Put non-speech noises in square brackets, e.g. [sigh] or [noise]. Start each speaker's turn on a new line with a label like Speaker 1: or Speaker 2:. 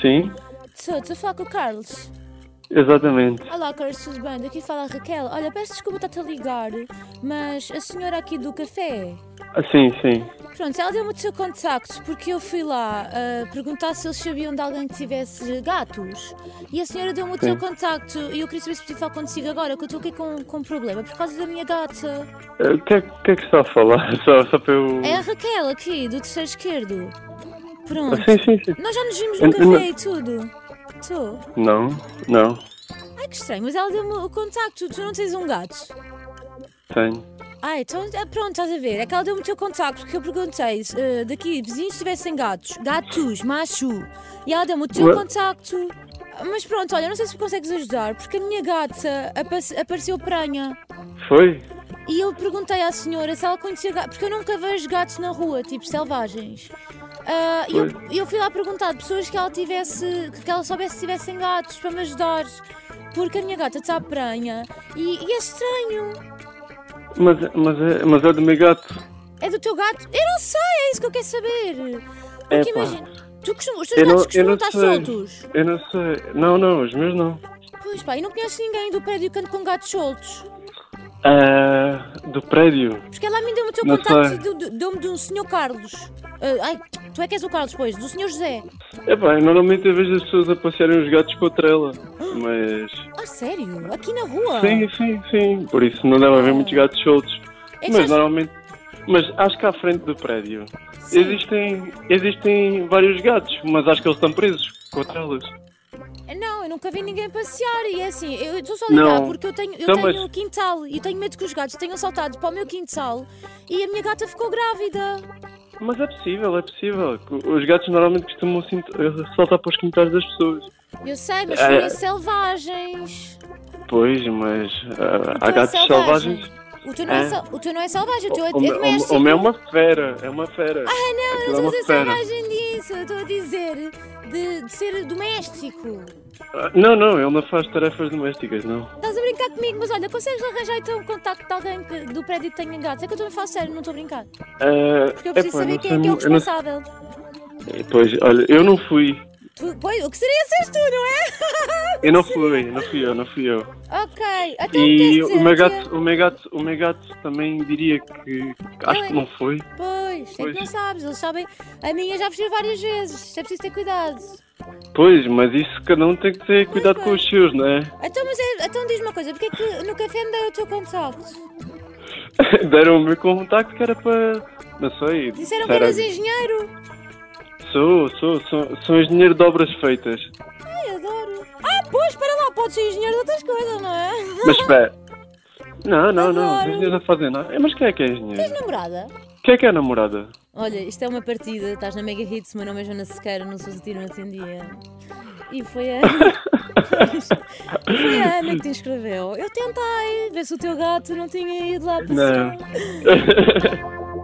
Speaker 1: Sim,
Speaker 2: Sou, estou a falar com o Carlos.
Speaker 1: exatamente.
Speaker 2: Olá, Carlos, tudo bem? Daqui fala a Raquel. Olha, peço desculpa estar-te a ligar, mas a senhora aqui do café.
Speaker 1: Ah, Sim, sim.
Speaker 2: Pronto, ela deu-me o seu contacto porque eu fui lá ah, perguntar se eles sabiam de alguém que tivesse gatos e a senhora deu-me o seu
Speaker 1: Sim.
Speaker 2: contacto e eu queria saber se podia falar consigo agora, que eu estou aqui com, com um problema por causa da minha gata.
Speaker 1: Eh, O que, é, o que é que está a falar? [laughs] Só, só para eu.
Speaker 2: É a Raquel aqui, do terceiro esquerdo. Pronto.
Speaker 1: Ah, sim, sim, sim.
Speaker 2: Nós já nos vimos
Speaker 1: Eu-
Speaker 2: no
Speaker 1: eu não-
Speaker 2: café e tudo. Tu?
Speaker 1: Não, não,
Speaker 2: Ai que estranho, mas ela deu-me o contacto. Tu não tens um gato?
Speaker 1: tenho.
Speaker 2: Ah, então ah, pronto, estás a ver. É que ela deu-me o teu contacto porque eu perguntei se, eh, daqui vizinhos tivessem gatos, gatos, macho. E ela deu-me o teu
Speaker 1: Ué?
Speaker 2: contacto. Mas pronto, olha, não sei se me consegues ajudar porque a minha gata apa- apareceu pranha.
Speaker 1: Foi?
Speaker 2: E eu perguntei à senhora se ela conhecia gatos, porque eu nunca vejo gatos na rua, tipo selvagens. Ah, e eu, eu fui lá perguntar de pessoas que ela tivesse, que ela soubesse se tivessem gatos para me ajudar, porque a minha gata está pranha e, e é estranho.
Speaker 1: Mas, mas, é, mas é do meu gato.
Speaker 2: É do teu gato? Eu não sei, é isso que eu quero saber. Porque
Speaker 1: Epá.
Speaker 2: imagina, tu costum- os teus
Speaker 1: Eu não-
Speaker 2: gatos
Speaker 1: eu
Speaker 2: costumam
Speaker 1: não
Speaker 2: estar
Speaker 1: sei.
Speaker 2: soltos.
Speaker 1: Eu não sei. Não, não, os meus não.
Speaker 2: Pois pá, e não conheces ninguém do prédio que anda com gatos soltos?
Speaker 1: Ah, do prédio.
Speaker 2: Porque ela me deu o teu
Speaker 1: Não
Speaker 2: contacto
Speaker 1: sei.
Speaker 2: e deu- deu- deu-me de um senhor Carlos. Ah, ai, tu é que és o Carlos, pois, do senhor José.
Speaker 1: É pá, normalmente eu vejo as pessoas a passearem os gatos contra ela. Mas.
Speaker 2: Ah, sério? Aqui na rua?
Speaker 1: Sim, sim, sim. Por isso não deve haver muitos gatos soltos.
Speaker 2: É que
Speaker 1: Mas
Speaker 2: sabes-
Speaker 1: normalmente. Mas acho que à frente do prédio
Speaker 2: Sim.
Speaker 1: existem, existem vários gatos, mas acho que eles estão presos contra elas.
Speaker 2: É, Não, eu nunca vi ninguém passear e é assim, eu estou só a ligar
Speaker 1: Não.
Speaker 2: porque eu tenho, eu
Speaker 1: Então,
Speaker 2: tenho
Speaker 1: mas-
Speaker 2: quintal e tenho medo que os gatos tenham saltado para o meu quintal e a minha gata ficou grávida.
Speaker 1: Mas é possível, é possível. Os gatos normalmente costumam assim, eh, saltar para os quintais das pessoas.
Speaker 2: Eu sei, mas
Speaker 1: Ah,
Speaker 2: foram
Speaker 1: é.
Speaker 2: selvagens.
Speaker 1: Pois, mas ah,
Speaker 2: O teu
Speaker 1: há
Speaker 2: é
Speaker 1: gatos
Speaker 2: selvagem.
Speaker 1: selvagens.
Speaker 2: O teu, não é
Speaker 1: É.
Speaker 2: sel- o teu não é selvagem, o teu é,
Speaker 1: O,
Speaker 2: é
Speaker 1: meu-
Speaker 2: doméstico.
Speaker 1: o meu é uma fera, é uma fera.
Speaker 2: Ah, não, eu
Speaker 1: Aquilo é
Speaker 2: não
Speaker 1: uma
Speaker 2: estou a dizer
Speaker 1: fera.
Speaker 2: selvagem disso. Eu estou a dizer de, de ser doméstico.
Speaker 1: Ah, Não, não, ele não faz tarefas domésticas, não.
Speaker 2: Estás a brincar comigo, mas olha, consegues arranjar então o contacto de alguém que- do prédio que tenha gatos? É que eu estou a falar sério, não estou a brincar.
Speaker 1: Ah,
Speaker 2: Porque eu preciso
Speaker 1: epá,
Speaker 2: saber
Speaker 1: não
Speaker 2: quem
Speaker 1: sei
Speaker 2: é que é o
Speaker 1: mu- eu não-
Speaker 2: responsável.
Speaker 1: Pois, olha, eu não fui.
Speaker 2: Tu, pois, o que seria seres tu, não é?
Speaker 1: Eu não fui, não fui eu, não fui eu.
Speaker 2: Ok, então
Speaker 1: E
Speaker 2: queres dizer
Speaker 1: o meu
Speaker 2: que-
Speaker 1: gato, o meu gato, o meu gato também diria que acho
Speaker 2: é
Speaker 1: que não foi.
Speaker 2: Pois, é que
Speaker 1: Pois.
Speaker 2: não sabes, eles sabem. A minha já fugiu várias vezes, isto é preciso ter cuidado.
Speaker 1: Pois, mas isso cada um tem que ter cuidado com os seus, não é? [laughs]
Speaker 2: Então, mas é, então diz uma coisa, porque é que no café me deu o teu contacto?
Speaker 1: Deram um o meu contacto que era para. Não sei.
Speaker 2: Disseram que
Speaker 1: era-
Speaker 2: eras engenheiro.
Speaker 1: Sou, sou, sou, sou engenheiro de obras feitas.
Speaker 2: Ai, adoro. Ah, pois, para lá, podes ser engenheiro de outras coisas, não é?
Speaker 1: Mas espera. Não, não, não. Os
Speaker 2: Adoro.
Speaker 1: engenheiros não fazem nada. Mas quem é que é
Speaker 2: Tens
Speaker 1: engenheiro?
Speaker 2: namorada?
Speaker 1: Quem é que é a namorada?
Speaker 2: Olha, isto é uma partida, estás na Mega Hits, meu nome é Joana Sequeira, não sou de ti, não atendia. E foi a... Pois, foi a Ana que te inscreveu. Eu tentei, ver se o teu gato não tinha ido lá passear.
Speaker 1: Não.